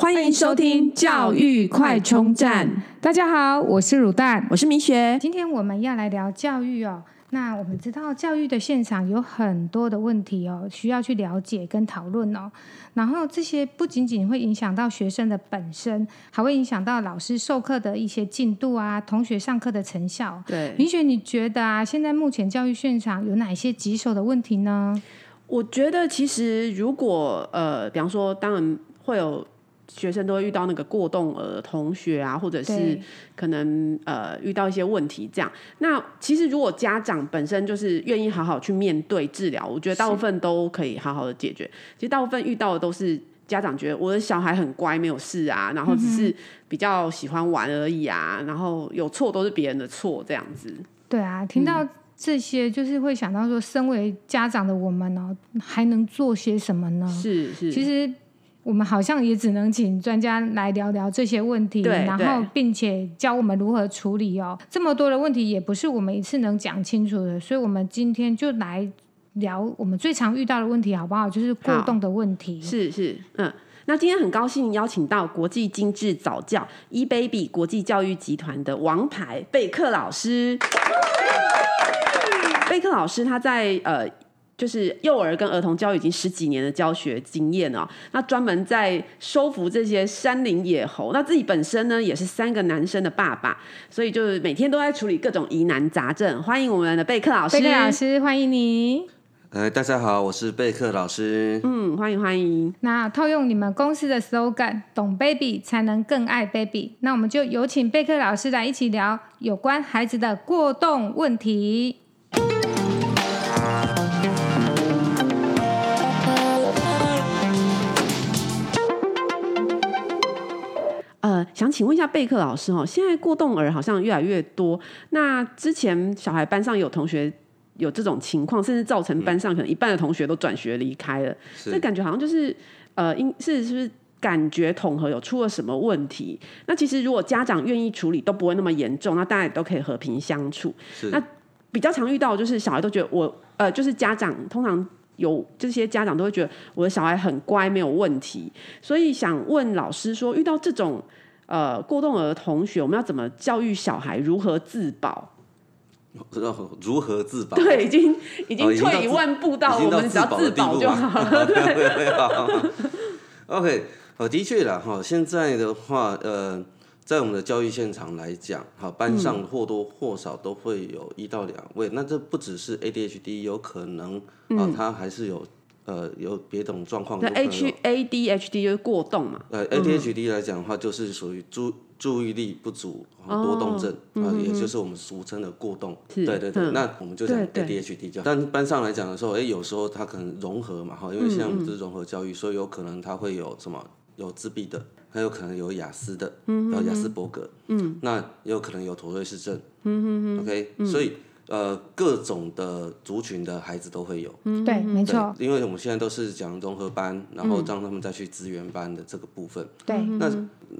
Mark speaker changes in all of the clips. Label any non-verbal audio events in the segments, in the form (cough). Speaker 1: 欢迎收听教育快充站，
Speaker 2: 大家好，我是乳蛋。
Speaker 1: 我是明学。
Speaker 3: 今天我们要来聊教育哦。那我们知道教育的现场有很多的问题哦，需要去了解跟讨论哦。然后这些不仅仅会影响到学生的本身，还会影响到老师授课的一些进度啊，同学上课的成效。
Speaker 1: 对，
Speaker 3: 明雪，你觉得啊，现在目前教育现场有哪些棘手的问题呢？
Speaker 1: 我觉得其实如果呃，比方说，当然会有学生都会遇到那个过动儿同学啊，或者是
Speaker 3: 对
Speaker 1: 可能呃遇到一些问题这样。那其实如果家长本身就是愿意好好去面对治疗，我觉得大部分都可以好好的解决。其实大部分遇到的都是家长觉得我的小孩很乖，没有事啊，然后只是比较喜欢玩而已啊，然后有错都是别人的错这样子。
Speaker 3: 对啊，听到这些，就是会想到说，身为家长的我们哦，还能做些什么呢？
Speaker 1: 是是，
Speaker 3: 其实我们好像也只能请专家来聊聊这些问题，
Speaker 1: 对
Speaker 3: 然后并且教我们如何处理哦。这么多的问题也不是我们一次能讲清楚的，所以我们今天就来聊我们最常遇到的问题，好不好？就是过动的问题。
Speaker 1: 是是，嗯。那今天很高兴邀请到国际精致早教 eBaby 国际教育集团的王牌贝克老师。贝克老师他在呃，就是幼儿跟儿童教育已经十几年的教学经验哦。那专门在收服这些山林野猴。那自己本身呢也是三个男生的爸爸，所以就是每天都在处理各种疑难杂症。欢迎我们的贝克老师，
Speaker 3: 贝克老师，欢迎你。
Speaker 4: 呃，大家好，我是备课老师。
Speaker 1: 嗯，欢迎欢迎。
Speaker 3: 那套用你们公司的 slogan“ 懂 baby 才能更爱 baby”，那我们就有请贝克老师来一起聊有关孩子的过动问题。
Speaker 1: 呃，想请问一下贝克老师哦，现在过动儿好像越来越多。那之前小孩班上有同学有这种情况，甚至造成班上可能一半的同学都转学离开了，这
Speaker 4: 嗯是
Speaker 1: 感觉好像就是呃，因是是不是感觉统合有出了什么问题？那其实如果家长愿意处理，都不会那么严重，那大家也都可以和平相处。
Speaker 4: 是
Speaker 1: 那比较常遇到的就是小孩都觉得我呃，就是家长通常有这些家长都会觉得我的小孩很乖，没有问题，所以想问老师说，遇到这种呃过动儿同学，我们要怎么教育小孩如何自保？
Speaker 4: 呃如何自保？ (laughs)
Speaker 1: 对，已经已经
Speaker 4: 哦已经到
Speaker 1: 退一
Speaker 4: 自
Speaker 1: 万步到
Speaker 4: 已经
Speaker 1: 我
Speaker 4: 到
Speaker 1: 们只要自
Speaker 4: 自保
Speaker 1: 保
Speaker 4: 的地步
Speaker 1: 就
Speaker 4: 吗
Speaker 1: 好
Speaker 4: (laughs)
Speaker 1: 了。对，
Speaker 4: OK，哦，的确啦，哈，现在的话，呃，在我们的教育现场来讲，好，班上或多或少都会有一到两
Speaker 1: 嗯
Speaker 4: 位，那这不只是 ADHD，有可能啊，他还是有呃有别种状况。
Speaker 1: 那
Speaker 4: 有可能
Speaker 1: H A D H D 就是过动嘛，
Speaker 4: 呃，ADHD 来讲的话，就是属于注注意力不足、
Speaker 1: 哦
Speaker 4: 多动症啊、也就是我们俗称的过动。
Speaker 1: 是
Speaker 4: 对对对，
Speaker 1: 嗯
Speaker 4: 那我们就讲
Speaker 1: 对对
Speaker 4: ADHD 就好。但班上来讲的时候，哎，有时候他可能融合嘛哈，因为现在我们是融合教育，所以有可能他会有什么有自闭的，还有可能有雅思的，嗯，有雅斯伯格，嗯，那也有可能有妥瑞氏症，嗯 o k 所以呃，各种的族群的孩子都会有。
Speaker 1: 嗯
Speaker 3: 对，没
Speaker 4: 对
Speaker 3: 错，，
Speaker 4: 因为我们现在都是讲融合班，然后让他们再去资源班的这个部分。
Speaker 3: 对。
Speaker 1: 嗯
Speaker 4: 那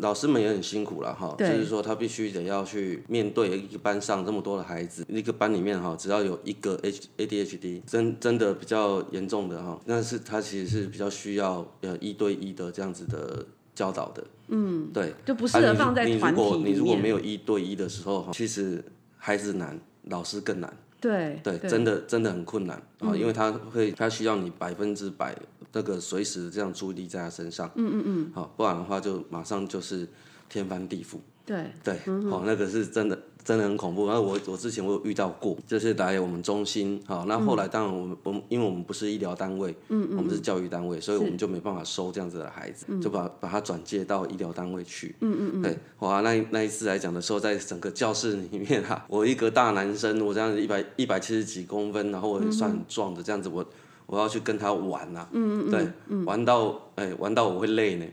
Speaker 4: 老师们也很辛苦了哈，就
Speaker 1: 对
Speaker 4: 是说他必须得要去面对一个班上这么多的孩子，一个班里面哈，只要有一个 H A D H D，真真的比较严重的哈，那是他其实是比较需要呃一对一的这样子的教导的，嗯，对，
Speaker 1: 就不
Speaker 4: 不
Speaker 1: 适合放在团体
Speaker 4: 你如果你
Speaker 1: 里
Speaker 4: 如果没
Speaker 1: 面。
Speaker 4: 有一对一的时候哈，其实孩子难，老师更难。
Speaker 1: 对嗯
Speaker 4: 对，真的真的很困难啊、因为他会他需要你百分之百那个随时这样注意力在他身上，嗯嗯嗯，好、不然的话就马上就是天翻地覆，
Speaker 1: 对
Speaker 4: 对，好、那个是真的真的很恐怖。然后我我之前我有遇到过，就是来我们中心，好、那后来当然我们我们因为我们不是医疗单位，嗯我们是教育单位，所以我们就没办法收这样子的孩子，就把把他转介到医疗单位去，嗯嗯嗯，对，哇，那一那一次来讲的时候，在整个教室里面啊，我一个大男生，我这样子一百一百七十几公分，然后我也算很壮的这样子，我我要去跟他玩啊，嗯嗯对，玩到哎、玩到我会累呢，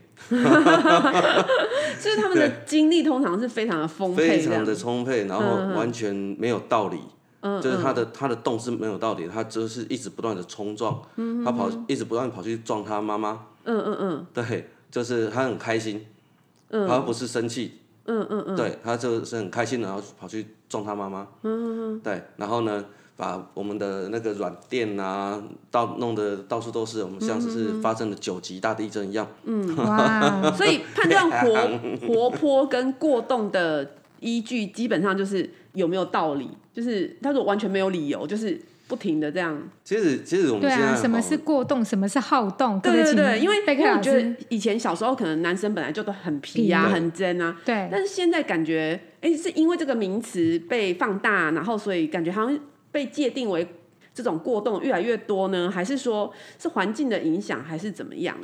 Speaker 1: 就是他们的精力通常是非常的丰沛
Speaker 4: 非
Speaker 1: 这样
Speaker 4: 常的
Speaker 1: 子，嗯
Speaker 4: 充沛，然后完全没有道理。就是他的他的动是没有道理，他就是一直不断的冲撞，他跑一直不断地跑去撞他妈妈，
Speaker 1: 嗯嗯嗯，
Speaker 4: 对，就是他很开心，他不是生气，
Speaker 1: 嗯
Speaker 4: 嗯嗯嗯，对，他就是很开心，然后跑去撞他妈妈，嗯嗯对，然后呢，把我们的那个软垫啊，到弄得到处都是，我们像
Speaker 1: 嗯
Speaker 4: 是发生了九级大地震一样。
Speaker 3: 哇，
Speaker 1: 所以判断
Speaker 4: (laughs)
Speaker 1: 活活泼跟过动的依据，基本上就是有没有道理，就是他说完全没有理由，就是不停的这样。
Speaker 4: 其实其实我们
Speaker 3: 对
Speaker 4: 现在
Speaker 3: 啊，
Speaker 4: 哈、
Speaker 3: 什么是过动，什么是好动？
Speaker 1: 对对对，因为
Speaker 3: 贝
Speaker 1: 因
Speaker 3: 克
Speaker 1: 为我
Speaker 3: 老
Speaker 1: 觉得
Speaker 3: 师，
Speaker 1: 以前小时候可能男生本来就都很皮啊、
Speaker 4: 皮
Speaker 1: 很尖啊，
Speaker 3: 对
Speaker 1: 但是现在感觉，哎、是因为这个名词被放大，然后所以感觉好像被界定为这种过动越来越多呢，还是说是环境的影响，还是怎么样？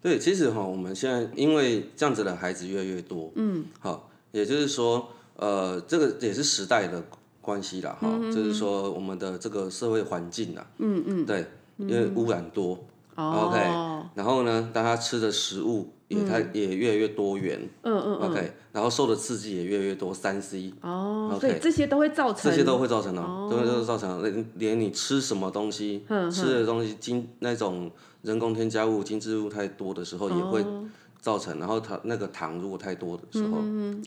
Speaker 4: 对，其实哈，我们现在因为这样子的孩子越来越多，嗯，好，也就是说，呃，这个也是时代的关系啦，哈、就是说我们的这个社会环境啦，嗯嗯，对，因为污染多，OK
Speaker 1: 哦
Speaker 4: 然后呢，大家吃的食物也它也越来越多元、
Speaker 1: 嗯嗯嗯
Speaker 4: o k 然后受的刺激也越来越多，三 C，
Speaker 1: 哦
Speaker 4: OK
Speaker 1: 所以这些都会造成
Speaker 4: 这些都会造成哦，都会都会造成，连连你吃什么东西，
Speaker 1: 嗯
Speaker 4: 吃的东西精那种人工添加物、精致物太多的时候，也会造成。然后糖那个糖如果太多的时候，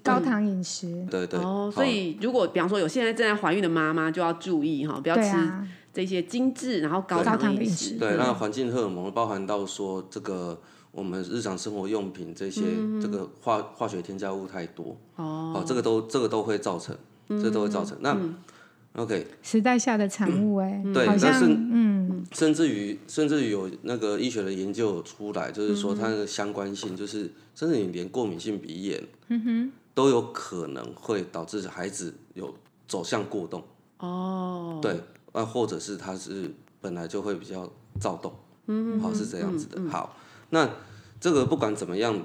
Speaker 3: 高糖饮食，
Speaker 4: 对对，
Speaker 1: 哦，
Speaker 4: 好
Speaker 1: 所以如果比方说有现在正在怀孕的妈妈，就要注意哈，不要
Speaker 3: 对
Speaker 1: 吃
Speaker 3: 啊，
Speaker 1: 这些精致然后高
Speaker 3: 对高
Speaker 1: 糖
Speaker 3: 糖
Speaker 1: 的
Speaker 3: 的
Speaker 1: 饮
Speaker 3: 饮
Speaker 1: 食。
Speaker 3: 食
Speaker 4: 对，那环境荷尔蒙包含到说这个我们日常生活用品这些、这个化化学添加物太多，嗯哦，嗯这个都这个都会造成，这都会造成。那、OK，
Speaker 3: 时代下的产物哎、
Speaker 4: 对
Speaker 3: 好像
Speaker 4: 但是
Speaker 3: 嗯，
Speaker 4: 甚至于甚至于有那个医学的研究有出来，就是说它的相关性，就是甚至你连过敏性鼻炎，嗯哼，都有可能会导致孩子有走向过动，
Speaker 1: 哦，
Speaker 4: 对，啊，或者是他是本来就会比较躁动，嗯，好是这样子的。好，那这个不管怎么样，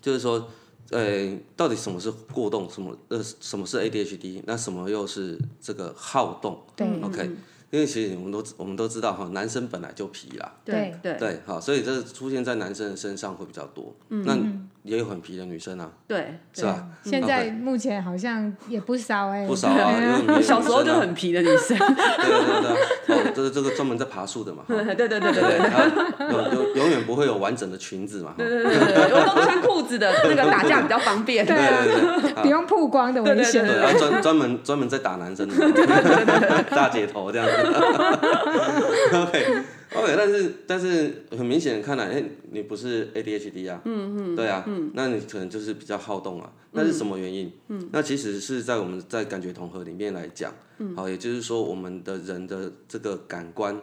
Speaker 4: 就是说，呃，到底什么是过动，什么呃什么是 ADHD，那什么又是这个好动
Speaker 3: 对
Speaker 4: ？OK，因为其实我们都我们都知道哈，男生本来就皮啦。
Speaker 1: 对对
Speaker 4: 对，好，所以这出现在男生的身上会比较多。
Speaker 1: 嗯
Speaker 4: 那也有很皮的女生啊，
Speaker 1: 对，
Speaker 4: 是吧？
Speaker 3: 现在目前好像也不少哎、
Speaker 4: 嗯
Speaker 3: (laughs)
Speaker 4: 不少啊，
Speaker 1: (laughs)
Speaker 4: 也有很皮的女生啊
Speaker 1: 小时候就很皮的女生，
Speaker 4: 对对对对，哦，这是这个专门在爬树的嘛，哈
Speaker 1: 对对对对
Speaker 4: 对
Speaker 1: 对
Speaker 4: 然后永永永远不会有完整的裙子嘛，哈对
Speaker 1: 对对对，我都穿裤子的，那个打架比较方便。
Speaker 3: 对啊
Speaker 4: 对对
Speaker 3: 不用曝光的危险
Speaker 1: 对
Speaker 4: 对，然后 (laughs) 专专门专门在打男生的 (laughs) 嘛，大姐头这样 (laughs) 子。OK OK，但是但是很明显看来，哎，你不是 ADHD 啊，嗯嗯，对啊，嗯，那你可能就是比较好动啊，那是什么原因？嗯，那其实是在我们在感觉统合里面来讲，嗯，好，也就是说我们的人的这个感官，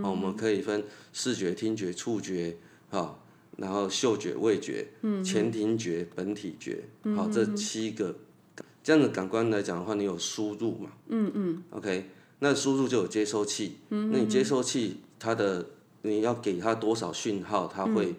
Speaker 4: 好，我们可以分视觉、听觉、触觉，好。然后嗅觉、味觉、前庭觉、本体觉，好，这七个这样的感官来讲的话，你有输入嘛？嗯嗯。OK，那输入就有接收器。嗯那你接收器它的你要给它多少讯号，它会、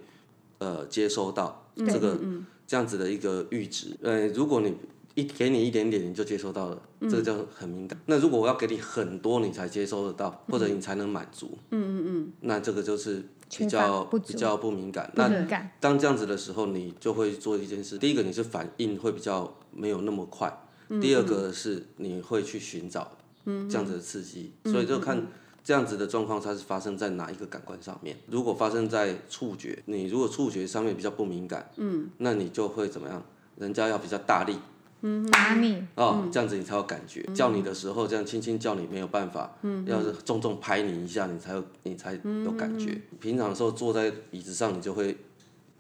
Speaker 4: 呃接收到这个这样子的一个阈值。呃，如果你一给你一点点，你就接收到了，这个叫很敏感。那如果我要给你很多，你才接收得到，或者你才能满足。嗯嗯嗯。那这个就是
Speaker 3: 缺
Speaker 4: 比
Speaker 3: 乏
Speaker 4: 较
Speaker 3: 不
Speaker 4: 比
Speaker 3: 足
Speaker 4: 较不敏感。
Speaker 3: 不
Speaker 4: 那
Speaker 3: 敏感，
Speaker 4: 当这样子的时候，你就会做一件事。第一个，你是反应会比较没有那么快；第二个是你会去寻找这样子的刺激，所以就看这样子的状况它是发生在哪一个感官上面。如果发生在触觉，你如果触觉上面比较不敏感，嗯，那你就会怎么样？人家要比较大力嗯
Speaker 3: 打你，
Speaker 4: 哦，这样子你才有感觉。叫你的时候，这样轻轻叫你没有办法，要是重重拍你一下，你才有你才有感觉。平常的时候坐在椅子上，你就会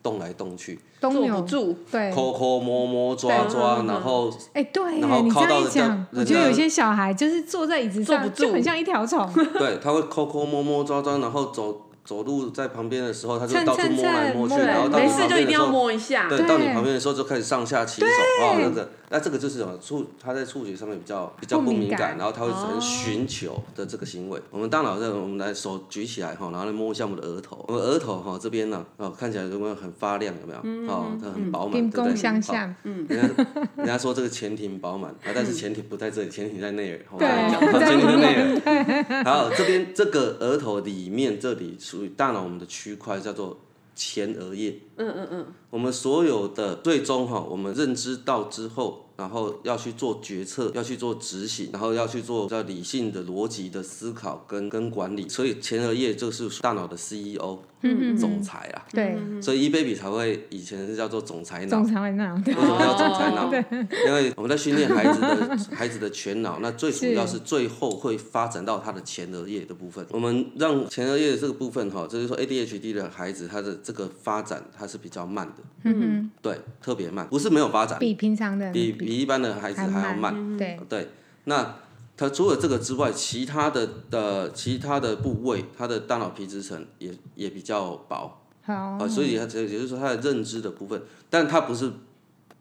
Speaker 4: 动来动去。
Speaker 3: 东
Speaker 1: 坐不
Speaker 3: 牛
Speaker 1: 住，
Speaker 3: 对，
Speaker 4: 抠抠摸摸抓抓，然后
Speaker 3: 哎、对耶，
Speaker 4: 然后
Speaker 3: 你
Speaker 4: 靠
Speaker 3: 这
Speaker 4: 到
Speaker 3: 样一
Speaker 4: 人家
Speaker 3: 讲，我
Speaker 4: 人
Speaker 3: 觉得
Speaker 4: 家
Speaker 3: 有些小孩就是坐在椅子
Speaker 1: 坐不
Speaker 3: 上
Speaker 1: 住
Speaker 3: 就很像一条虫，
Speaker 4: (laughs) 对，他会抠抠摸摸抓抓，然后走走路在旁边的时候，他就
Speaker 3: 蹭
Speaker 4: 到处
Speaker 3: 蹭
Speaker 4: 摸来
Speaker 3: 蹭
Speaker 4: 摸去，
Speaker 3: 对
Speaker 4: 然后到
Speaker 1: 没
Speaker 4: 你
Speaker 1: 事
Speaker 4: 旁
Speaker 1: 就一
Speaker 4: 边的
Speaker 1: 定
Speaker 4: 时
Speaker 1: 要
Speaker 4: 候，
Speaker 1: 摸一下。
Speaker 4: 对，
Speaker 3: 对
Speaker 4: 到你旁边的时候就开始上下其手，哦，那个，那这个就是什么触，他在触觉上面比较比较
Speaker 3: 不
Speaker 4: 不
Speaker 3: 敏
Speaker 4: 敏感，
Speaker 3: 感
Speaker 4: 然后他会很寻求的这个行为。我们大脑在我们来手举起来哈，然后来摸一下我们的额头，我们额头哈这边呢，哦看起来有没有很发亮，有没有？哦，它很饱满，对
Speaker 3: 兵
Speaker 4: 不对？
Speaker 3: 工相
Speaker 4: 好
Speaker 3: 嗯向，
Speaker 4: 人家人家说这个前庭饱满啊，但是前庭不在这里，前庭在内耳，我
Speaker 3: 对
Speaker 4: 跟你讲
Speaker 3: 在
Speaker 4: 前庭
Speaker 3: 里
Speaker 4: 内
Speaker 3: (laughs)
Speaker 4: 耳。好，这边这个额头里面这里属于大脑我们的区块叫做前额叶，嗯嗯嗯，我们所有的最终哈，我们认知到之后，然后要去做决策，要去做执行，然后要去做比较理性的逻辑的思考跟跟管理。所以前额叶就是大脑的 CEO
Speaker 3: 嗯
Speaker 4: 总裁啦，
Speaker 3: 对，
Speaker 4: 所以 eBaby 才会以前是叫做总裁脑
Speaker 2: 总。裁那样，对
Speaker 4: (laughs) 为什么叫总裁脑？
Speaker 1: 对
Speaker 4: 因为我们在训练孩子的孩子的全脑，那最主要
Speaker 2: 是
Speaker 4: 是最后会发展到他的前额叶的部分。我们让前额叶的这个部分哈，就是说 ADHD 的孩子，他的这个发展它是比较慢的，
Speaker 3: (laughs) 嗯
Speaker 4: 对，特别慢，不是没有发展，
Speaker 3: 比平常的
Speaker 4: 比比一般的孩子还要慢。
Speaker 3: 对，
Speaker 4: 对，那他除了这个之外，其他的呃其他的部位，他的大脑皮质层也也比较薄。
Speaker 3: 好
Speaker 4: 啊，，所以他这也就是说他的认知的部分，但他不是，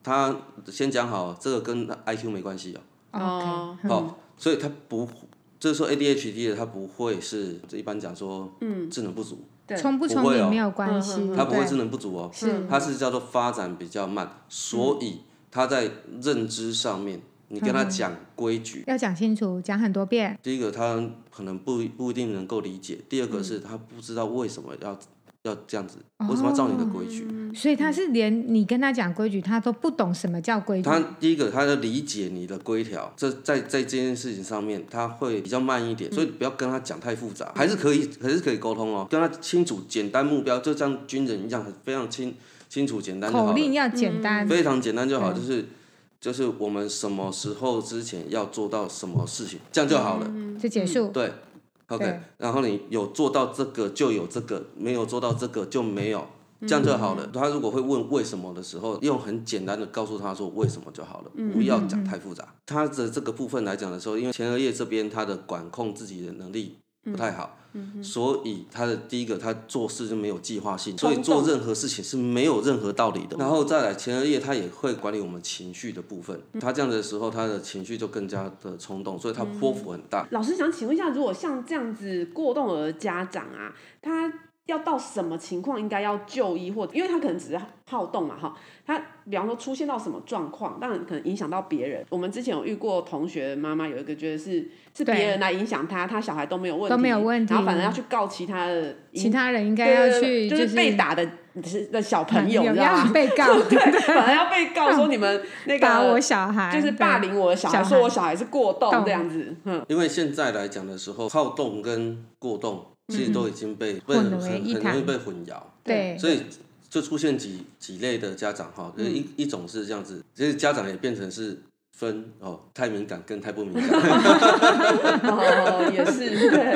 Speaker 4: 他先讲好，这个跟 I Q 没关系哦，
Speaker 1: 哦
Speaker 3: OK，
Speaker 4: 好、所以他不，就是说 A D H D 的他不会是一般讲说，嗯，智能不足，
Speaker 3: 嗯聪不
Speaker 4: 不
Speaker 3: 聪
Speaker 4: 会
Speaker 3: 明
Speaker 4: 哦
Speaker 3: 没有关
Speaker 1: 嗯
Speaker 3: 系，
Speaker 4: 他不会
Speaker 3: 对
Speaker 4: 智能不足哦，
Speaker 3: 是嗯
Speaker 4: 他是叫做发展比较慢，所以他在认知上面，你跟他讲规矩，
Speaker 3: 要讲清楚，讲很多遍，
Speaker 4: 第一个他可能不不一定能够理解，第二个
Speaker 3: 嗯
Speaker 4: 是他不知道为什么要要这样子，
Speaker 3: 哦
Speaker 4: 为什么要照你的规矩。
Speaker 3: 所以他是连你跟他讲规矩，他都不懂什么叫规矩，
Speaker 4: 他第一个，他要理解你的规条，这在在这件事情上面，他会比较慢一
Speaker 3: 嗯
Speaker 4: 点，所以不要跟他讲太复杂，还是可以，还是可以沟通哦，跟他清楚简单目标，就像军人一样，非常清清楚简单就好
Speaker 3: 口令
Speaker 4: 了，
Speaker 3: 要简单，
Speaker 1: 嗯
Speaker 3: 嗯
Speaker 4: 非常简单就好，就是就是我们什么时候之前要做到什么事情，这样就好了，
Speaker 1: 嗯
Speaker 3: 就结束，
Speaker 4: 对。OK，
Speaker 3: 对
Speaker 4: 然后你有做到这个就有这个，没有做到这个就没有，这样就好了。他如果会问为什么的时候，用很简单的告诉他说为什么就好了，不要讲太复杂。他的这个部分来讲的时候，因为前额叶这边他的管控自己的能力不太好，所以他的第一个他做事就没有计划性，所以做任何事情是没有任何道理的。然后再来前额叶他也会管理我们情绪的部分，他这样的时候他的情绪就更加的冲动，所以他波幅很大。
Speaker 1: 老师想请问一下，如果像这样子过动儿的家长啊，他要到什么情况应该要就医，或因为他可能只是好动嘛，哈，他比方说出现到什么状况，当然可能影响到别人。我们之前有遇过同学妈妈有一个觉得是是
Speaker 3: 对
Speaker 1: 别人来影响他，他小孩都没有问题，
Speaker 3: 都没有问题
Speaker 1: 然后反而要去告其他的影
Speaker 3: 其他人应该
Speaker 1: 对对
Speaker 3: 要
Speaker 1: 对
Speaker 3: 去嗯
Speaker 1: 就是被打的的小朋友，
Speaker 3: 有
Speaker 1: 你知道
Speaker 3: 要
Speaker 1: 吗？
Speaker 3: 被告
Speaker 1: (laughs) 反而要被告说你们那个
Speaker 3: 打我小孩，
Speaker 1: 就是霸凌我的小孩，
Speaker 3: 小孩
Speaker 1: 说我小孩是过动
Speaker 3: 动
Speaker 1: 这样
Speaker 3: (laughs)
Speaker 1: 子，嗯，
Speaker 4: 因为现在来讲的时候，好动跟过动其实都已经被、被
Speaker 3: 混
Speaker 4: 很
Speaker 3: 为一
Speaker 4: 很
Speaker 3: 谈
Speaker 4: 容易被混淆，
Speaker 3: 对，嗯对
Speaker 4: 所以就出现几几类的家长哈，就是一、一种是这样子，其实家长也变成是分哦太敏感跟太不敏感，
Speaker 1: 哦，也是，对，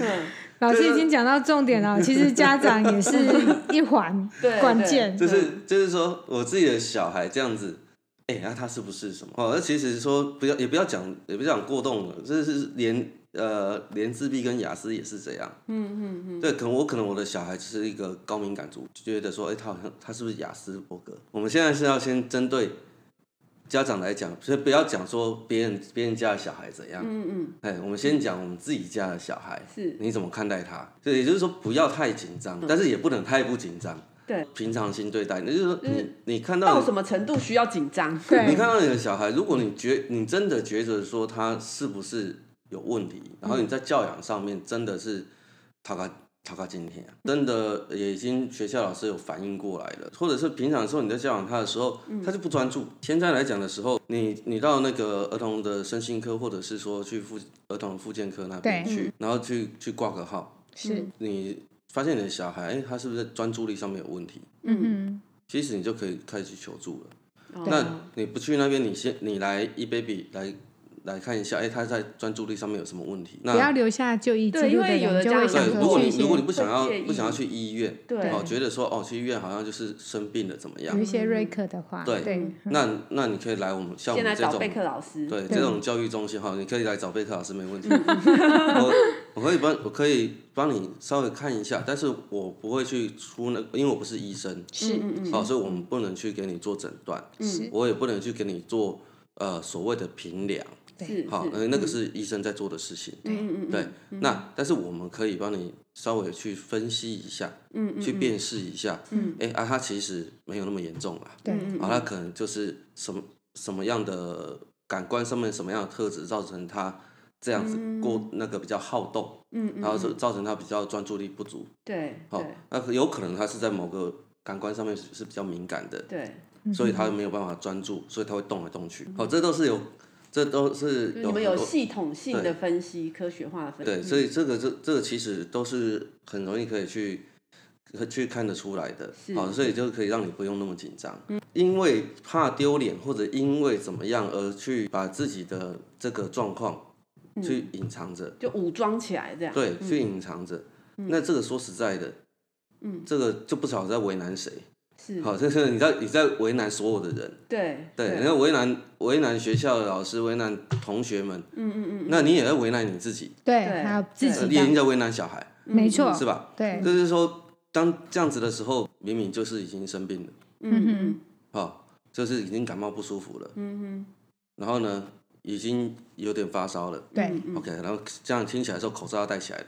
Speaker 1: 嗯，
Speaker 3: 老师已经讲到重点
Speaker 4: (laughs)
Speaker 3: 了，其实家长也是一环
Speaker 1: 对
Speaker 3: 关键，
Speaker 4: 就是就是说我自己的小孩这样子。哎、那、他是不是什么？哦，那其实说不要，也不要讲，也不要讲过动了，这是连呃连自闭跟雅思也是这样。对，可能我可能我的小孩就是一个高敏感族，就觉得说，哎、他好像他是不是雅斯伯格？我们现在是要先针对家长来讲，所以不要讲说别人别人家的小孩怎样，嗯嗯，哎，我们先讲我们自己家的小孩，
Speaker 1: 是
Speaker 4: 你怎么看待他？就也就是说，不要太紧张，但是也不能太不紧张，
Speaker 1: 对，
Speaker 4: 平常心对待。那就是说，你你看到
Speaker 1: 到
Speaker 4: 你
Speaker 1: 什么程度需要紧张？
Speaker 3: 对
Speaker 4: 你看到你的小孩，如果你觉你真的觉得说他是不是有问题，然后你在教养上面真的是讨个讨个今天，啊真的也已经学校老师有反映过来了，或者是平常的时候你在教养他的时候，他就不专注。现在来讲的时候，你你到那个儿童的身心科，或者是说去复儿童复健科那边
Speaker 3: 对
Speaker 4: 去，然后去去挂个号，
Speaker 3: 是，
Speaker 4: 你发现你的小孩，哎，他是不是在专注力上面有问题？
Speaker 3: 嗯，
Speaker 4: 其实你就可以开始去求助了。
Speaker 1: 哦
Speaker 3: 啊
Speaker 4: 那你不去那边，你先你来 e baby 来来看一下，哎、他在专注力上面有什么问题？
Speaker 3: 不要
Speaker 4: 那
Speaker 3: 留下就医记
Speaker 1: 对
Speaker 3: 录
Speaker 1: 因为有的
Speaker 3: 人就
Speaker 1: 家
Speaker 3: 会
Speaker 1: 长
Speaker 3: 想
Speaker 4: 对，
Speaker 1: 说
Speaker 4: 如果
Speaker 3: 说
Speaker 4: 你
Speaker 3: 去
Speaker 4: 如果你
Speaker 3: 些
Speaker 4: 不想要
Speaker 1: 会介意
Speaker 4: 不想要去医院，
Speaker 1: 对
Speaker 4: 哦，觉得说哦去医院好像就是生病了怎么样
Speaker 3: 有一？些瑞克的话，
Speaker 4: 对
Speaker 1: 嗯
Speaker 3: 对，
Speaker 4: 那那你可以来我们像我
Speaker 1: 先
Speaker 4: 们
Speaker 1: 来
Speaker 4: 这
Speaker 1: 找
Speaker 4: 种
Speaker 1: 备课老师，
Speaker 3: 对嗯
Speaker 4: 对这种教育中心哈，你可以来找备课老师没问题。 (laughs) 我我可以帮我可以帮你稍微看一下，但是我不会去出那个，因为我不是医生，
Speaker 1: 嗯
Speaker 3: 是
Speaker 4: 好、所以我们不能去给你做诊断，
Speaker 3: 是，
Speaker 4: 我也不能去给你做呃所谓的评量。
Speaker 1: 是是，
Speaker 4: 好，呃，那个是医生在做的事情。
Speaker 1: 嗯，嗯嗯，
Speaker 4: 对，那但是我们可以帮你稍微去分析一下，嗯，去辨识一下，嗯，哎啊，他其实没有那么严重啦，
Speaker 3: 对，
Speaker 1: 嗯
Speaker 4: 啊，他可能就是什么什么样的感官上面什么样的特质造成他这样子过那个比较好动，
Speaker 1: 嗯嗯，
Speaker 4: 然后是造成他比较专注力不足，
Speaker 1: 对，
Speaker 4: 好
Speaker 1: 对，
Speaker 4: 那有可能他是在某个感官上面是是比较敏感的，
Speaker 1: 对，
Speaker 4: 所以他
Speaker 1: 嗯
Speaker 4: 没有办法专注，所以他会动来动去。好，这都是有，这都是
Speaker 1: 就是嗯
Speaker 4: 有
Speaker 1: 你们
Speaker 4: 很
Speaker 1: 有嗯
Speaker 4: 多
Speaker 1: 系统性的分析，科学化的分析，
Speaker 4: 对，所以这个这这个其实都是很容易可以去可去看得出来的
Speaker 1: 是，嗯
Speaker 4: 好，所以就可以让你不用那么紧张，因为怕丢脸或者因为怎么样而去把自己的这个状况
Speaker 1: 嗯
Speaker 4: 去隐藏着，
Speaker 1: 就武装起来这样。
Speaker 4: 对，去隐藏着。
Speaker 1: 嗯
Speaker 4: 那这个说实在的，嗯，这个就不晓得在为难谁，
Speaker 1: 是，
Speaker 4: (laughs) 好，这是你在你在为难所有的人，
Speaker 1: 对
Speaker 4: 对，你要为难为难学校的老师，为难同学们，嗯嗯嗯，那你也在为难你自己，
Speaker 3: 对，
Speaker 1: 对
Speaker 3: 还有自
Speaker 4: 呃
Speaker 3: 己
Speaker 4: 你也
Speaker 3: 的，
Speaker 4: 在为难小孩，
Speaker 3: 没错，
Speaker 4: 是吧？
Speaker 3: 对，
Speaker 4: 就是说，当这样子的时候，明明就是已经生病了，
Speaker 1: 嗯
Speaker 3: 嗯
Speaker 1: 嗯，
Speaker 4: 哦，就是已经感冒不舒服了，嗯然后呢，已经有点发烧了、
Speaker 3: 对，
Speaker 4: o k 然后这样听起来的时候，口罩要戴起来
Speaker 3: (laughs)
Speaker 4: 了。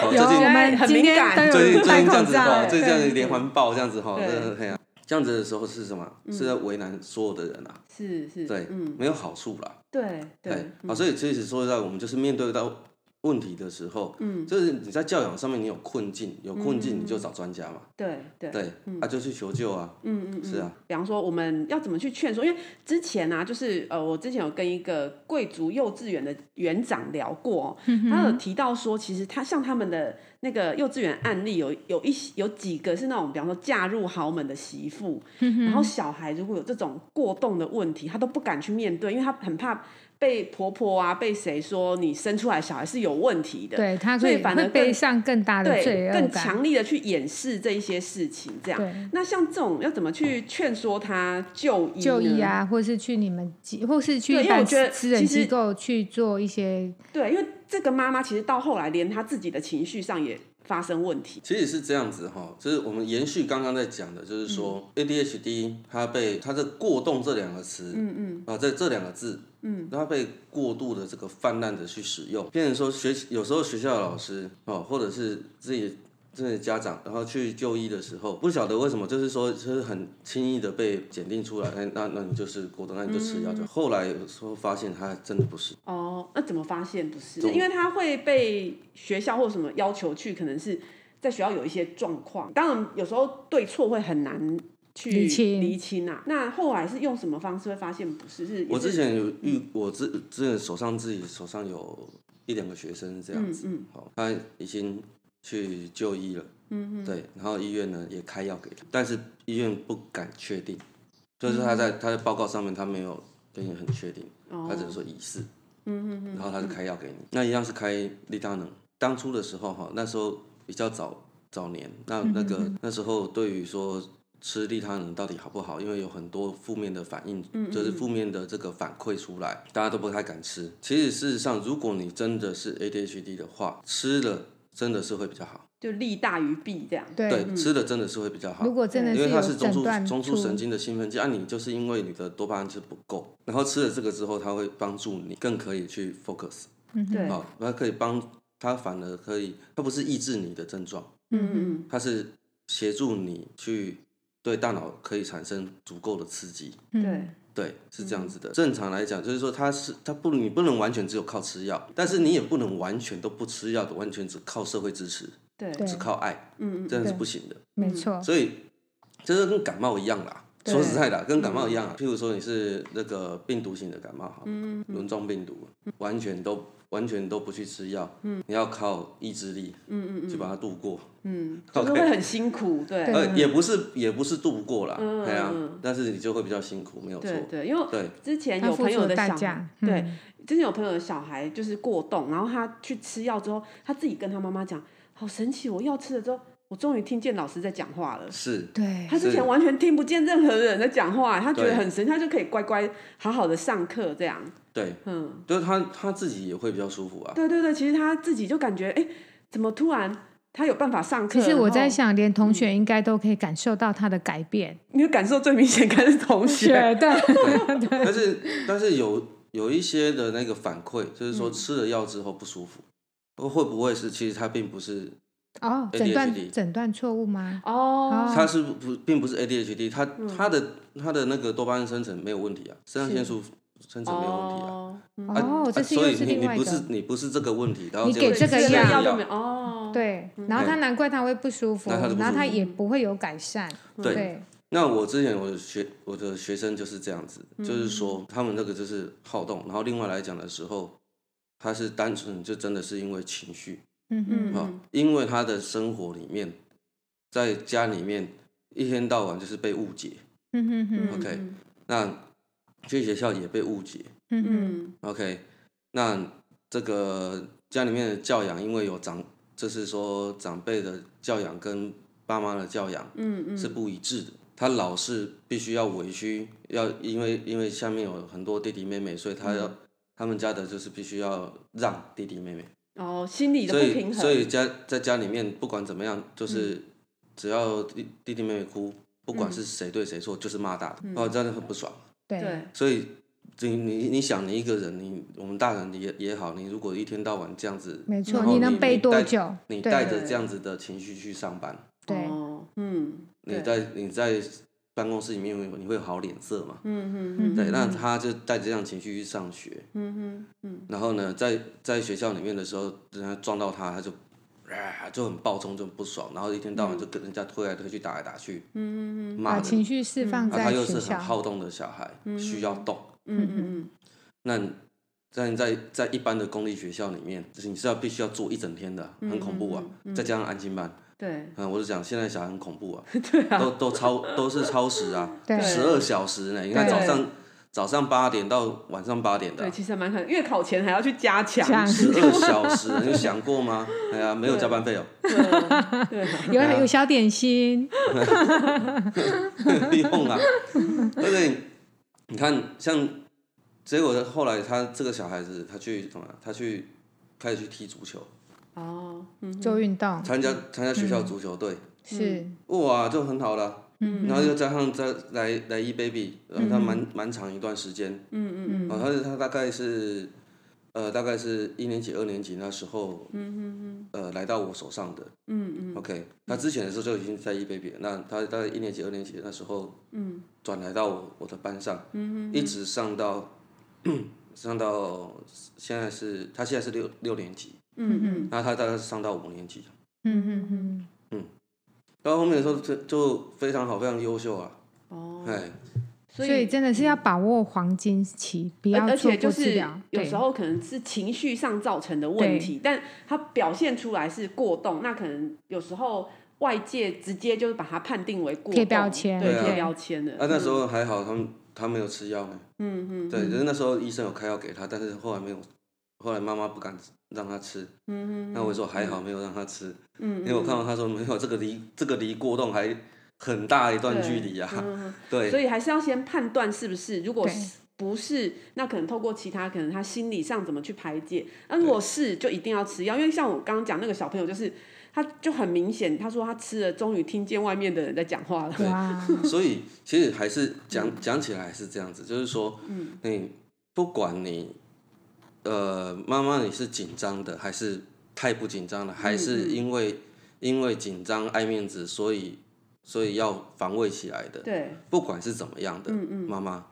Speaker 4: 哦
Speaker 3: 有
Speaker 4: 最近
Speaker 3: 我
Speaker 1: 现在
Speaker 3: 们
Speaker 1: 很
Speaker 3: 今
Speaker 1: 敏
Speaker 3: 天
Speaker 1: 感
Speaker 3: 都有
Speaker 4: 最近最
Speaker 3: 戴
Speaker 4: 近这
Speaker 3: 口
Speaker 4: 样子
Speaker 3: 罩
Speaker 4: 哈，
Speaker 3: 了，
Speaker 4: 最近这样
Speaker 1: 对
Speaker 4: 子连环爆这样子哈，
Speaker 1: 对
Speaker 4: 真的很啊，这样子的时候是什么？是在为难所有的人啊，
Speaker 1: 是是，
Speaker 4: 对，
Speaker 1: 嗯，
Speaker 4: 没有好处啦。
Speaker 1: 对
Speaker 4: 对
Speaker 1: 对，，
Speaker 4: 啊，所以其实说实在，我们就是面对到问题的时候，嗯，就是你在教养上面你有困境，有困境你就找专家嘛，
Speaker 1: 对对
Speaker 4: 对，啊就去求救啊，嗯嗯，是啊，
Speaker 1: 比方说我们要怎么去劝说？因为之前啊，就是呃，我之前有跟一个贵族幼稚园的园长聊过哦、他有提到说，其实他像他们的那个幼稚园案例有，有一些有几个是那种，比方说嫁入豪门的媳妇，然后小孩如果有这种过动的问题，他都不敢去面对，因为他很怕被婆婆啊，被谁说你生出来小孩是有问题的，
Speaker 3: 对他
Speaker 1: 所
Speaker 3: 可
Speaker 1: 以
Speaker 3: 以
Speaker 1: 反而
Speaker 3: 会
Speaker 1: 更
Speaker 3: 背上更大的罪
Speaker 1: 对，
Speaker 3: 恶
Speaker 1: 更
Speaker 3: 感，
Speaker 1: 强力的去掩饰这一些事情，这样。
Speaker 3: 对。
Speaker 1: 那像这种要怎么去劝说他就医？
Speaker 3: 就医！啊，或是去你们机，或是去
Speaker 1: 对
Speaker 3: 一
Speaker 1: 因为我
Speaker 3: 般
Speaker 1: 觉得
Speaker 3: 私人
Speaker 1: 其实
Speaker 3: 机构去做一些，
Speaker 1: 对，因为这个妈妈其实到后来连她自己的情绪上也发生问题。
Speaker 4: 其实是这样子哈，就是我们延续刚刚在讲的，就是说 ADHD 它被它这过动这两个词，嗯嗯，啊这这两个字，嗯，它被过度的这个泛滥的去使用，变成说学有时候学校的老师哦，或者是自己。自己的家长，然后去就医的时候，不晓得为什么，就是说，就是很轻易的被检定出来，哎，那那你就是过动，那你就吃药就好。后来有时候发现他真的不是，
Speaker 1: 哦，那怎么发现不是？
Speaker 4: 怎
Speaker 1: 是
Speaker 4: 么
Speaker 1: 因为她会被学校或什么要求去，可能是在学校有一些状况。当然，有时候对错会很难去
Speaker 3: 厘清
Speaker 1: 厘清啊。那后来是用什么方式会发现不是？是
Speaker 4: 我
Speaker 1: 也是
Speaker 4: 之前有遇，我之之前手上自己手上有一两个学生这样子，
Speaker 1: 嗯
Speaker 4: 好，他已经去就医了，嗯嗯，对，然后医院呢也开药给他，但是医院不敢确定，就是他在、他的报告上面他没有给你很确定，
Speaker 1: 哦
Speaker 4: 他只是说疑似，嗯嗯，然后他就开药给你，那一样是开利他能，当初的时候哈，那时候比较早早年，那那个、那时候对于说吃利他能到底好不好，因为有很多负面的反应，就是负面的这个反馈出来，大家都不太敢吃。其实事实上，如果你真的是 ADHD 的话，吃了真的是会比较好，
Speaker 1: 就利大于弊这样。
Speaker 3: 对，
Speaker 4: 对，吃了真的是会比较好
Speaker 3: 如。果真的
Speaker 4: 因为它
Speaker 3: 有
Speaker 4: 是中
Speaker 3: 诊断
Speaker 4: 枢中
Speaker 3: 出
Speaker 4: 枢神经的兴奋剂，啊，你就是因为你的多巴胺是不够，然后吃了这个之后，它会帮助你更可以去 focus，
Speaker 1: 对，
Speaker 4: 好，它可以帮它反而可以，它不是抑制你的症状，
Speaker 1: 嗯嗯
Speaker 4: 它是协助你去对大脑可以产生足够的刺激。
Speaker 1: 嗯，
Speaker 3: 嗯
Speaker 1: 对。
Speaker 4: 对，是这样子的。正常来讲，就是说它是它不，你不能完全只有靠吃药，但是你也不能完全都不吃药的，完全只靠社会支持，
Speaker 1: 对，
Speaker 3: 对
Speaker 4: 只靠爱，
Speaker 1: 嗯嗯
Speaker 4: 这样是
Speaker 3: 对
Speaker 4: 不行的。
Speaker 3: 没错，
Speaker 4: 所以这是跟感冒一样啦。
Speaker 3: 对
Speaker 4: 说实在的，跟感冒一样啊。
Speaker 1: 嗯
Speaker 4: 譬如说你是那个病毒型的感冒，哈，轮状病毒，完全都完全都不去吃药，你要靠意志力，嗯嗯去把它度过。
Speaker 1: 嗯，就
Speaker 4: OK
Speaker 1: 是会很辛苦，对，
Speaker 3: 对
Speaker 4: 呃，也不是也不是度不过啦，
Speaker 1: 嗯
Speaker 4: 对啊
Speaker 1: 嗯，
Speaker 4: 但是你就会比较辛苦，没有错
Speaker 1: 对。对，因为
Speaker 4: 对，
Speaker 1: 之前
Speaker 3: 要
Speaker 1: 有
Speaker 3: 付
Speaker 1: 朋
Speaker 3: 出
Speaker 1: 友的
Speaker 3: 代
Speaker 1: 小
Speaker 3: 价
Speaker 1: 孩，，
Speaker 3: 嗯
Speaker 1: 对，之前有朋友的小孩就是过动，然后他去吃药之后，他自己跟他妈妈讲，好神奇，我药吃了之后，我终于听见老师在讲话了。
Speaker 4: 是
Speaker 3: 对，
Speaker 1: 他之前完全听不见任何人在讲话，他觉得
Speaker 4: 对
Speaker 1: 很神奇，他就可以乖乖好好的上课这样。
Speaker 4: 对，
Speaker 1: 嗯，
Speaker 4: 就是他他自己也会比较舒
Speaker 1: (laughs)
Speaker 4: 服啊。
Speaker 1: 对对对，其实他自己就感觉，哎，怎么突然他有办法上课？
Speaker 3: 其实我在
Speaker 1: 然后，
Speaker 3: 想，连同学应该都可以感受到他的改变。
Speaker 1: 你的感受最明显，看是同学，
Speaker 3: 对对
Speaker 4: 但是但是有有一些的那个反馈，就是说吃了药之后不舒服，会不会是其实他并不是，
Speaker 3: 哦，
Speaker 4: ADHD
Speaker 3: 诊断诊断错误吗？
Speaker 1: 哦，
Speaker 4: 他
Speaker 3: 嗯
Speaker 4: 是不并不是 ADHD，他他的他的那个多巴胺生成没有问题啊，肾上腺素生成没有问题啊。
Speaker 1: 哦嗯
Speaker 3: 哦
Speaker 4: 啊，
Speaker 3: 这是又
Speaker 4: 所以
Speaker 3: 是
Speaker 4: 你
Speaker 3: 另
Speaker 4: 你
Speaker 3: 外一
Speaker 4: 不是
Speaker 3: 个。
Speaker 4: 你不是这个问题，然后
Speaker 3: 你给
Speaker 4: 结
Speaker 3: 这
Speaker 4: 果
Speaker 3: 个
Speaker 4: 吃
Speaker 3: 药
Speaker 4: 了
Speaker 1: 药就没有哦，
Speaker 3: 对，然后他难怪他会不舒服，
Speaker 4: 那他就不舒服
Speaker 3: 然后他也不会有改善。
Speaker 4: 对
Speaker 3: 对，
Speaker 4: 那我之前我的学我的学生就是这样子，
Speaker 3: 嗯
Speaker 4: 就是说他们那个就是好动，然后另外来讲的时候，他是单纯就真的是因为情绪
Speaker 3: 嗯
Speaker 4: 啊、
Speaker 3: 嗯
Speaker 1: 嗯，
Speaker 4: 因为他的生活里面，在家里面一天到晚就是被误解，
Speaker 3: 嗯嗯嗯
Speaker 1: 嗯
Speaker 4: OK 那去学校也被误解
Speaker 3: 嗯嗯
Speaker 1: 嗯
Speaker 4: ，OK，那这个家里面的教养，因为有长，就是说长辈的教养跟爸妈的教养，
Speaker 1: 嗯嗯，
Speaker 4: 是不一致的。他老是必须要委屈，要因为因为下面有很多弟弟妹妹，所以他要、
Speaker 1: 嗯
Speaker 4: 他们家的就是必须要让弟弟妹妹，
Speaker 1: 哦，心理的
Speaker 4: 所
Speaker 1: 不平衡，
Speaker 4: 以
Speaker 1: 嗯
Speaker 4: 所以家在家里面不管怎么样，就是只要弟弟弟妹妹哭，不管是谁对谁错，就是骂大
Speaker 1: 嗯
Speaker 4: 的，哦，真的很不爽。
Speaker 3: 对
Speaker 1: 对，
Speaker 4: 所以你你你想，你一个人，你我们大人也也好，你如果一天到晚这样子，
Speaker 3: 没错，
Speaker 4: 然后
Speaker 3: 你
Speaker 4: 你
Speaker 3: 能背多
Speaker 4: 带
Speaker 3: 久？
Speaker 4: 你
Speaker 3: 对
Speaker 4: 带着这样子的情绪去上班，
Speaker 3: 对
Speaker 1: 哦，嗯，
Speaker 4: 你
Speaker 1: 对
Speaker 4: 在你在办公室里面你会你会有好脸色嘛？
Speaker 1: 嗯嗯嗯
Speaker 4: 对，那他就带着这样情绪去上学，
Speaker 1: 嗯嗯
Speaker 4: 然后呢，在在学校里面的时候，人家撞到他，他就啊就很暴冲，就很不爽，然后一天
Speaker 3: 嗯
Speaker 4: 到晚就跟人家推来推去，打来打去，嗯嗯，骂
Speaker 3: 把
Speaker 4: 人
Speaker 3: 情。绪释放
Speaker 4: 啊，他
Speaker 3: 在
Speaker 4: 又
Speaker 3: 学
Speaker 4: 是很
Speaker 3: 校。
Speaker 4: 好动的小孩，需要动。
Speaker 1: 嗯嗯
Speaker 4: 那你在在在一般的公立学校里面，就是你是要必须要做一整天的，很恐怖啊！再加上安静班，
Speaker 1: 嗯，对，
Speaker 4: 嗯，我就讲现在小孩很恐怖啊，对啊，都都超都是超时啊，
Speaker 3: 对
Speaker 4: 十二小时呢。你看
Speaker 1: 对
Speaker 4: 早上早上八点到晚上八点的
Speaker 1: 对，
Speaker 4: 啊、
Speaker 1: 其实还蛮可能，月考前还要去加强，
Speaker 3: 加
Speaker 4: 十二小时，你有想过吗？哎呀，没有加班费哦， (laughs)
Speaker 3: 有有小点心，
Speaker 4: 不用啊。 (laughs) 而且你看，像结果后来他这个小孩子，他去什么？他去开始去踢足球，
Speaker 1: 哦，嗯，
Speaker 3: 做运动
Speaker 4: 参加参加学校足球队，
Speaker 3: 是
Speaker 4: 哇，就很好了。嗯，然后又加上再来来一 baby，然后他蛮蛮长一段时间，嗯嗯嗯，然后他大概是，呃，大概是一年级、二年级那时候，嗯嗯嗯，呃，来到我手上的，嗯嗯，OK，他之前的时候就已经在一 baby，了那他大概一年级、二年级那时候，嗯，转来到我我的班上，嗯嗯，一直上到 (coughs) 上到现在是，他现在是六六年级，
Speaker 1: 嗯嗯
Speaker 4: 那他大概是上到五年级，
Speaker 3: 嗯嗯嗯，
Speaker 4: 到后面的时候就就非常好，非常优秀啊。哦，哎，
Speaker 1: 所
Speaker 3: 所以
Speaker 1: 以。
Speaker 3: 真的是要把握黄金期，不要
Speaker 1: 而而
Speaker 3: 错
Speaker 1: 且
Speaker 3: 过
Speaker 1: 就
Speaker 3: 治
Speaker 1: 是
Speaker 3: 疗。
Speaker 1: 有时候可能是情绪上造成的问题，但它表现出来是过动，那可能有时候外界直接就是把它判定为过动，
Speaker 3: 贴标签
Speaker 1: 对，
Speaker 4: 对啊
Speaker 1: 贴标签的。
Speaker 4: 那、那时候还好，他们他没有吃药呢。嗯嗯。对，就是那时候医生有开药给他，但是后来没有，后来妈妈不敢让他吃。嗯嗯。那我说还好没有让他吃。嗯。因为我看到他说没有，这个离这个离过动还很大一段距离啊。 (laughs) 对。
Speaker 1: 嗯所以还是要先判断是不是，如果
Speaker 3: 对
Speaker 1: 是不是，那可能透过其他，可能他心理上怎么去排解。那如果是，就一定要吃药，因为像我刚刚讲那个小朋友，就是他就很明显，他说他吃了，终于听见外面的人在讲话了。
Speaker 3: 哇，
Speaker 4: (laughs) 所以其实还是讲讲起来还是这样子，就是说，嗯，你不管你，呃，妈妈你是紧张的，还是太不紧张了，还是因为、因为紧张爱面子，所以所以要防卫起来的，
Speaker 1: 对，
Speaker 4: 不管是怎么样的，妈妈，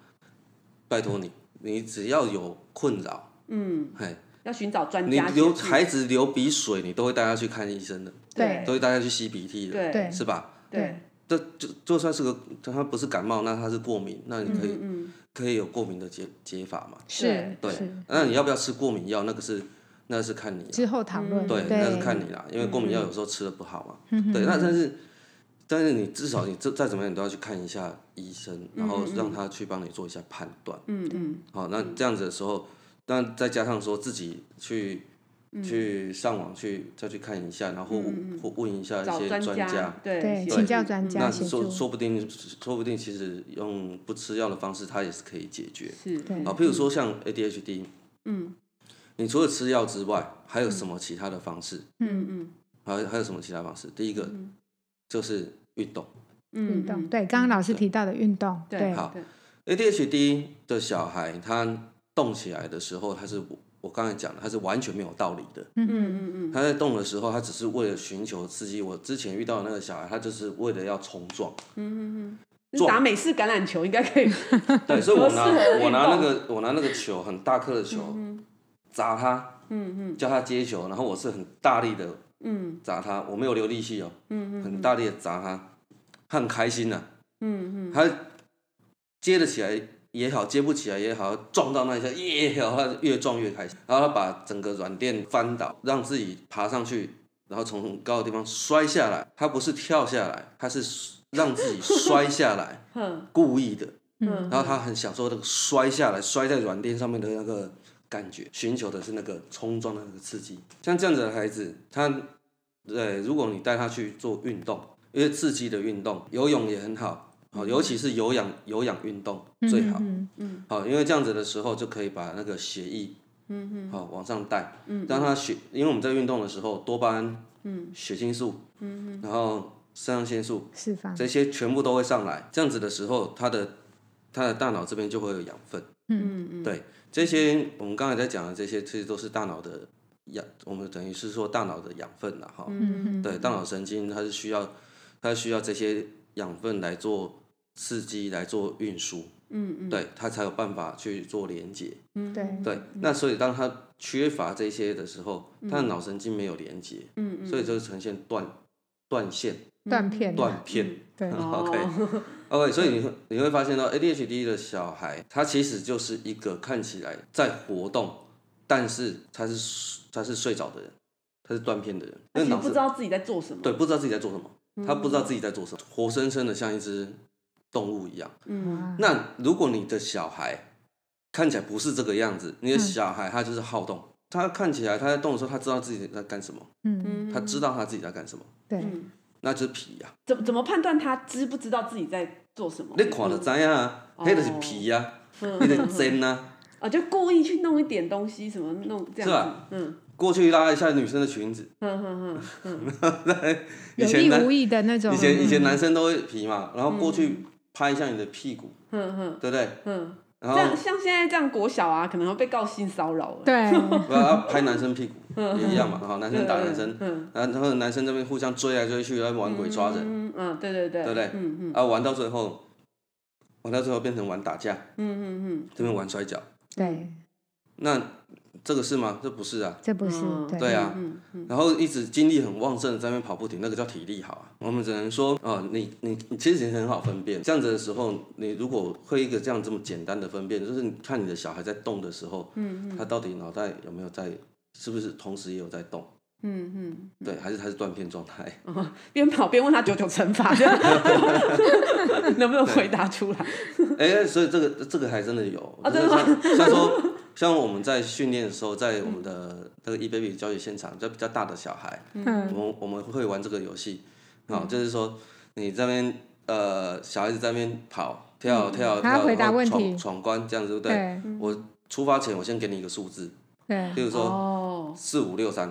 Speaker 4: 拜托你，你只要有困扰，嗯，嘿，
Speaker 1: 要寻找专
Speaker 4: 你
Speaker 1: 家协助。
Speaker 4: 流孩子流鼻水，你都会带他去看医生的，
Speaker 3: 对
Speaker 4: 都会带他去吸鼻涕的，
Speaker 1: 对
Speaker 3: 对
Speaker 4: 是吧？
Speaker 1: 对
Speaker 4: 这就就算是个，它不是感冒，那它是过敏，那你可以、
Speaker 1: 嗯
Speaker 4: 可以有过敏的解解法嘛？
Speaker 3: 是
Speaker 4: 对
Speaker 3: 是，，
Speaker 4: 那你要不要吃过敏药？那个是那是看你啊、
Speaker 3: 之后讨论
Speaker 4: 对，那是看你啦，因为过敏药有时候吃的不好嘛。对，那但是但是你至少你这再怎么样，你都要去看一下医生，然后让他去帮你做一下判断。
Speaker 1: 嗯嗯，
Speaker 4: 好，那这样子的时候，那再加上说自己去。
Speaker 1: 嗯
Speaker 4: 去上网去再去看一下，然后或问一下一
Speaker 1: 找
Speaker 4: 些
Speaker 1: 专
Speaker 4: 专家，
Speaker 1: 对
Speaker 3: 对
Speaker 1: 协
Speaker 3: 请教
Speaker 1: 助
Speaker 3: 专
Speaker 1: 嗯
Speaker 3: 家
Speaker 4: 那
Speaker 3: 协
Speaker 4: 说
Speaker 3: 助
Speaker 4: 说不定，说不定其实用不吃药的方式，它也是可以解决。
Speaker 1: 是
Speaker 3: 对
Speaker 4: 啊，譬如说像 ADHD，嗯，你除了吃药之外，还有什么其他的方式？
Speaker 1: 嗯嗯
Speaker 4: 还还有什么其他方式？第一个就是运动。
Speaker 1: 嗯
Speaker 3: 运动，对，刚刚老师提到的运动，对嗯
Speaker 1: 对，
Speaker 4: 好 ADHD 的小孩，他动起来的时候，他是我刚才讲的，他是完全没有道理的。
Speaker 1: 嗯嗯嗯
Speaker 4: 他在动的时候，他只是为了寻求刺激。我之前遇到的那个小孩，他就是为了要冲撞，
Speaker 1: 嗯嗯嗯，就是打美式橄榄球应该可以
Speaker 4: 对，所以我
Speaker 1: (laughs)
Speaker 4: 拿
Speaker 1: 多适合运动嗯
Speaker 4: 我拿那个我拿那个球很大颗的球砸他，嗯嗯，叫他接球，然后我是很大力的，嗯，砸他，我没有留力气哦，嗯嗯，很大力的砸他，他很开心呐、嗯嗯，他接得起来也好，接不起来也好，撞到那一下也好，他越撞越开心，然后他把整个软垫翻倒，让自己爬上去，然后从很高的地方摔下来，他不是跳下来，他是让自己摔下来，故意的。然后他很享受那个摔下来、摔在软垫上面的那个感觉，寻求的是那个冲撞的那个刺激。像这样子的孩子，他对，如果你带他去做运动，因为刺激的运动，游泳也很好，好、尤其是有氧有氧运动最好，
Speaker 3: 嗯
Speaker 4: 好、因为这样子的时候就可以把那个血液，嗯嗯，好、往上带，嗯，让他血，因为我们在运动的时候，多巴胺，嗯，血清素，嗯，然后肾上腺素，
Speaker 3: 释放，
Speaker 4: 这些全部都会上来。这样子的时候，他的他的大脑这边就会有养分。嗯嗯，对，这些我们刚才在讲的这些，其实都是大脑的养，我们等于是说大脑的养分了哈。
Speaker 3: 嗯
Speaker 4: 对，大脑神经它是需要它需要这些养分来做刺激，来做运输。嗯嗯，对，它才有办法去做连接。
Speaker 3: 嗯，嗯对，
Speaker 4: 对，那所以当他缺乏这些的时候，他的脑神经没有连接，嗯嗯，所以就呈现断断线、
Speaker 3: 断片了，
Speaker 4: 断片。
Speaker 3: 对，
Speaker 4: 嗯
Speaker 1: 哦
Speaker 4: (laughs) OK OK，所以你会你会发现到 ADHD 的小孩，他其实就是一个看起来在活动，但是他是他是睡着的人，他是断片的人，
Speaker 1: 而
Speaker 4: 那
Speaker 1: 且
Speaker 4: 脑
Speaker 1: (laughs) 不知
Speaker 4: 子
Speaker 1: 道自己在做什么。
Speaker 4: 对不知道自己在做什么，他不知道自己在做什么，活生生的像一只动物一样。
Speaker 1: 嗯，
Speaker 3: 哇
Speaker 4: 那如果你的小孩看起来不是这个样
Speaker 1: 嗯
Speaker 4: 子，你的小孩他就是好动，他看起来他在动的时候，他知道自己在干什么，
Speaker 3: 嗯，
Speaker 4: 他知道他自己在干什么，
Speaker 3: 对，
Speaker 1: 嗯
Speaker 4: 那就是皮呀、
Speaker 1: 怎怎么判断他知不知道自己在做什么？
Speaker 4: 你看就知道啊，
Speaker 1: 哦
Speaker 4: 那就是皮呀、啊，
Speaker 1: 嗯
Speaker 4: 那就是针啊。
Speaker 1: 啊，就故意去弄一点东西，什么弄这样
Speaker 4: 是啊吧
Speaker 1: 子，嗯
Speaker 4: 过去拉一下女生的裙子。
Speaker 1: 嗯嗯嗯
Speaker 4: 以
Speaker 3: 有
Speaker 4: 前
Speaker 3: 意
Speaker 4: 男
Speaker 3: 无意的那种，
Speaker 4: 以前以前男生都会皮嘛，然后过去拍一下你的屁股，
Speaker 1: 嗯嗯
Speaker 4: 对不对？
Speaker 1: 嗯，
Speaker 4: 然
Speaker 1: 这样
Speaker 4: 后
Speaker 1: 像现在这样国小啊，可能会被告性骚扰 (laughs) 了。
Speaker 3: 嗯对，
Speaker 4: 不要拍男生
Speaker 1: (laughs)
Speaker 4: 屁股也一样嘛，好，男生打男生，
Speaker 1: 嗯
Speaker 4: 然后男生这边互相追来追去，然后玩鬼抓人，
Speaker 1: 嗯嗯，对对对，
Speaker 4: 对不对
Speaker 1: 嗯嗯
Speaker 4: 啊，玩到最后，玩到最后变成玩打架，
Speaker 1: 嗯嗯
Speaker 4: 这边玩摔跤，
Speaker 3: 对，
Speaker 4: 那这个是吗？这不是啊。
Speaker 3: 这不是
Speaker 1: 嗯
Speaker 3: 对
Speaker 4: 对啊，
Speaker 1: 嗯嗯
Speaker 4: 然后一直精力很旺盛的在那边跑步停，那个叫体力好啊。我们只能说，哦，你你你其实也很好分辨。这样子的时候，你如果会一个这样这么简单的分辨，就是你看你的小孩在动的时候，嗯嗯，他到底脑袋有没有在，是不是同时也有在动？
Speaker 1: 嗯嗯，
Speaker 4: 对，还是他是断片状态？ (laughs)
Speaker 1: 边跑边问他九九乘法， (laughs) 这样能不能回答出来？
Speaker 4: 哎、所以这个这个还真的有，
Speaker 1: 啊
Speaker 4: 就
Speaker 1: 真
Speaker 4: 是
Speaker 1: 的
Speaker 4: 像像说 (laughs) 像我们在训练的时候，在我们的那个 e baby 教育现场，在比较大的小孩，
Speaker 3: 嗯
Speaker 4: 我们我们会玩这个游戏，啊、就是说你这边呃小孩子在那边跑跳跳跳，
Speaker 3: 他要回答
Speaker 4: 然后
Speaker 3: 问
Speaker 4: 闯
Speaker 3: 题
Speaker 4: 闯关这样子，对不对？
Speaker 3: 对
Speaker 4: 我出发前我先给你一个数字，
Speaker 3: 对
Speaker 4: 例如说
Speaker 1: 哦，
Speaker 4: 四五六三，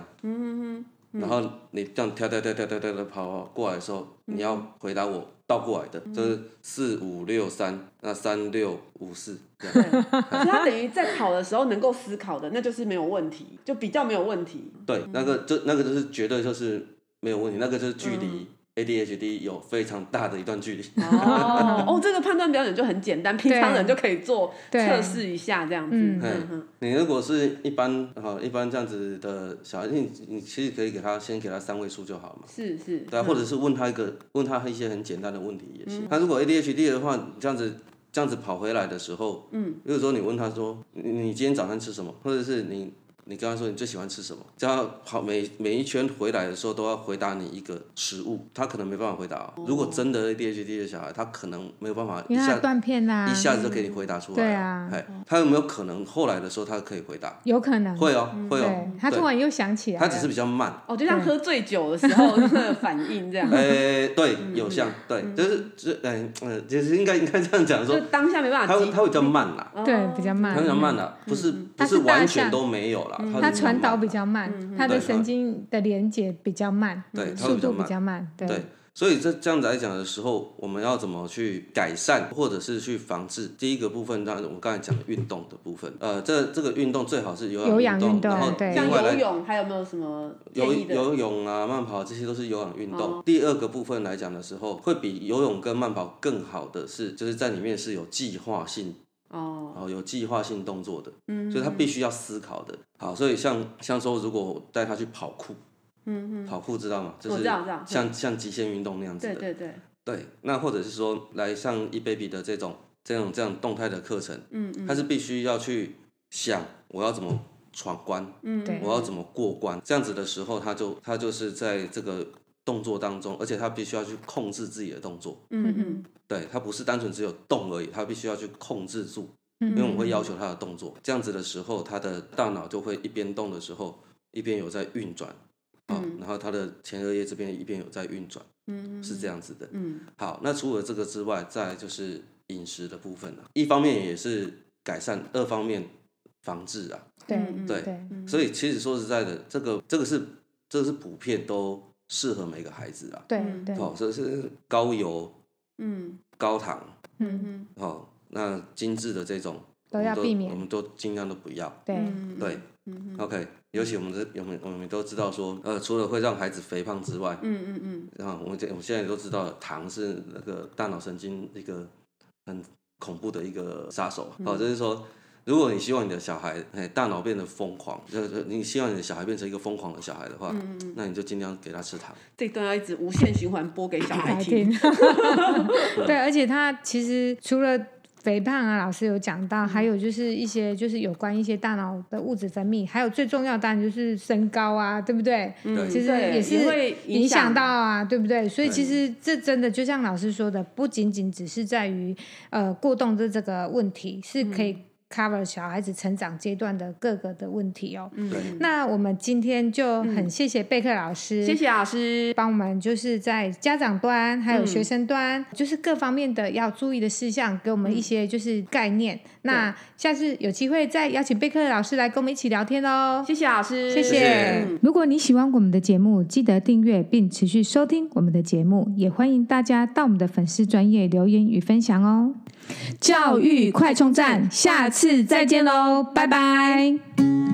Speaker 4: 然后你这样跳跳跳跳跳跳跳跑跑过来的时候，你要回答我倒过来的，就是四五六三，那三六五四这样，
Speaker 1: 所以他等于在跑的时候能够思考的，那就是没有问题，就比较没有问题。
Speaker 4: 对，那个就那个就是绝对就是没有问题，那个就是距离 ADHD 有非常大的一段距离。
Speaker 1: 哦哦，这个判断标准就很简单，平常人就可以做
Speaker 3: 对
Speaker 1: 测试一下这样子。
Speaker 3: 嗯
Speaker 1: 嗯嗯
Speaker 4: 你如果是一般哈，一般这样子的小孩，你你其实可以给他先给他三位数就好嘛。
Speaker 1: 是是，
Speaker 4: 对啊、或者是问他一个问他一些很简单的问题也行。他如果 ADHD 的话，你这样子这样子跑回来的时候，嗯，有时候你问他说你你今天早上吃什么，或者是你你跟他说你最喜欢吃什么，叫他跑每每一圈回来的时候都要回答你一个食物，他可能没办法回答哦、如果真的 ADHD 的小孩，他可能没有办法一
Speaker 3: 因为
Speaker 4: 下
Speaker 3: 它。断片啊啦
Speaker 4: 一，下子就给你回答出来、
Speaker 3: 对啊
Speaker 4: 哎，他有没有可能后来的时候他可以回答？
Speaker 3: 有可能
Speaker 4: 会哦，会哦
Speaker 3: 对，，他
Speaker 4: 对
Speaker 3: 突然又想起来
Speaker 4: 他
Speaker 3: 了，
Speaker 4: 只是比较慢，
Speaker 3: (laughs)
Speaker 1: 哦，就像喝醉酒的时候的反应这样，
Speaker 4: 哎诶，对，
Speaker 3: 嗯
Speaker 4: 有像，对，就是这，哎，嗯，其实应该应该这样讲
Speaker 1: 就
Speaker 4: 说，
Speaker 1: 当下没办
Speaker 4: 它
Speaker 1: 法
Speaker 4: 会
Speaker 1: 激
Speaker 4: 它会比
Speaker 3: 嗯
Speaker 4: 较慢啦，
Speaker 1: 哦
Speaker 3: 对比较慢，
Speaker 4: 它比较慢啦，
Speaker 3: 嗯
Speaker 4: 不是不
Speaker 3: 它是大
Speaker 4: 完全
Speaker 3: 项
Speaker 4: 都没有啦，它
Speaker 3: 它
Speaker 4: 是
Speaker 3: 传导
Speaker 4: 慢
Speaker 3: 比
Speaker 1: 嗯
Speaker 4: 啦
Speaker 3: 较慢，它的
Speaker 4: 对
Speaker 3: 神经的连接比较慢，
Speaker 4: 对它
Speaker 3: 嗯
Speaker 4: 会
Speaker 3: 速
Speaker 4: 比较
Speaker 3: 度比
Speaker 4: 慢
Speaker 3: 较慢，
Speaker 1: 嗯
Speaker 4: 对，所以这这样子来讲的时候，我们要怎么去改善，或者是去防治？第一个部分，当然我们刚才讲的运动的部分，呃，这这个运动最好是
Speaker 3: 有
Speaker 4: 有
Speaker 3: 氧
Speaker 4: 氧
Speaker 3: 运动
Speaker 4: 然后
Speaker 3: 对
Speaker 1: 像
Speaker 4: 哦另外
Speaker 1: 游
Speaker 4: 来
Speaker 1: 泳还有没有什么建
Speaker 4: 游
Speaker 1: 议的？哦
Speaker 4: 游泳啊、慢跑，这些都是有氧运动。第二个部分来讲的时候，会比游泳跟慢跑更好的是，就是在里面是有计划性，
Speaker 1: 哦，
Speaker 4: 然后有计划性动作的，嗯，所以他必须要思考的。好，所以像像说，如果我带他去跑酷，嗯嗯，跑酷知道吗？就
Speaker 1: 我
Speaker 4: 是
Speaker 1: 知道我知道
Speaker 4: 像像极限运动那样子
Speaker 1: 对
Speaker 4: 的，
Speaker 1: 对对，
Speaker 4: 对，那或者是说来上 e baby 的这种这种这样动态的课程，嗯嗯，他是必须要去想我要怎么闯关，
Speaker 1: 嗯
Speaker 3: 对
Speaker 4: 我要怎么过关，这样子的时候，他就他就是在这个动作当中，而且他必须要去控制自己的动作，
Speaker 1: 嗯嗯，
Speaker 4: 对他不是单纯只有动而已，他必须要去控制住，因
Speaker 3: 因
Speaker 4: 为我们会要求他的动作，这样子的时候，他的大脑就会一边动的时候，一边有在运转，啊、然后他的前额叶这边一边有在运转，嗯，是这样子的，
Speaker 1: 嗯，
Speaker 4: 好，那除了这个之外，再来就是饮食的部分了、一方面也是改善，二方面防治啊，
Speaker 3: 对
Speaker 1: 嗯
Speaker 4: 对
Speaker 3: 对
Speaker 4: 所以其实说实在的，这个这个是这个是普遍都适合每个孩子啊，
Speaker 3: 对
Speaker 1: 嗯
Speaker 3: 对，
Speaker 4: 哦，所以是高油、
Speaker 1: 嗯
Speaker 4: 高糖，
Speaker 1: 嗯
Speaker 3: 嗯，
Speaker 1: 嗯，
Speaker 4: 哦，那精致的这种
Speaker 3: 都要
Speaker 4: 我们
Speaker 3: 避
Speaker 4: 我
Speaker 3: 免，
Speaker 4: 们都尽量都不要。
Speaker 3: 对
Speaker 1: 嗯
Speaker 4: 对，
Speaker 1: 嗯嗯
Speaker 4: OK，尤其我们这我们我们都知道说，呃，除了会让孩子肥胖之外，
Speaker 1: 嗯嗯
Speaker 4: 然后我们这我们现在也都知道，糖是那个大脑神经一个很恐怖的一个杀手。好、就是说，如果你希望你的小孩哎大脑变得疯狂，就是你希望你的小孩变成一个疯狂的小孩的话，那你就尽量给他吃糖。
Speaker 1: 这段要一直无限循环播给小孩
Speaker 3: 白
Speaker 1: 听
Speaker 3: 天。。
Speaker 1: (laughs)
Speaker 3: (laughs) 对，而且他其实除了肥胖啊，老师有讲
Speaker 1: 嗯
Speaker 3: 到，还有就是一些就是有关一些大脑的物质分泌，还有最重要当然就是身高啊，对不对？
Speaker 4: 对
Speaker 3: 其实
Speaker 1: 嗯对
Speaker 3: 也是
Speaker 1: 也会影
Speaker 3: 影响
Speaker 1: 响
Speaker 3: 到啊，对不对？所以
Speaker 4: 对
Speaker 3: 其实这真的就像老师说的，不仅仅只是在于呃过动的这个问题，是可
Speaker 1: 嗯
Speaker 3: 以 cover 小孩子成长阶段的各个的问题
Speaker 1: 嗯
Speaker 3: 哦。
Speaker 4: 对，
Speaker 3: 那我们今天就很谢谢贝克老师，
Speaker 1: 谢谢老师，
Speaker 3: 帮我们就是在家长端还有学生端，就是各方面的要注意的事项，给我们一些就是概念。那下次有机会再邀请贝克老师来跟我们一起聊天哦。
Speaker 1: 谢谢老师，
Speaker 3: 谢谢
Speaker 1: 嗯
Speaker 2: 如果你喜欢我们的节目，记得订阅并持续收听我们的节目，也欢迎大家到我们的粉丝专业留言与分享哦。教育快充站，下次再见喽，拜拜。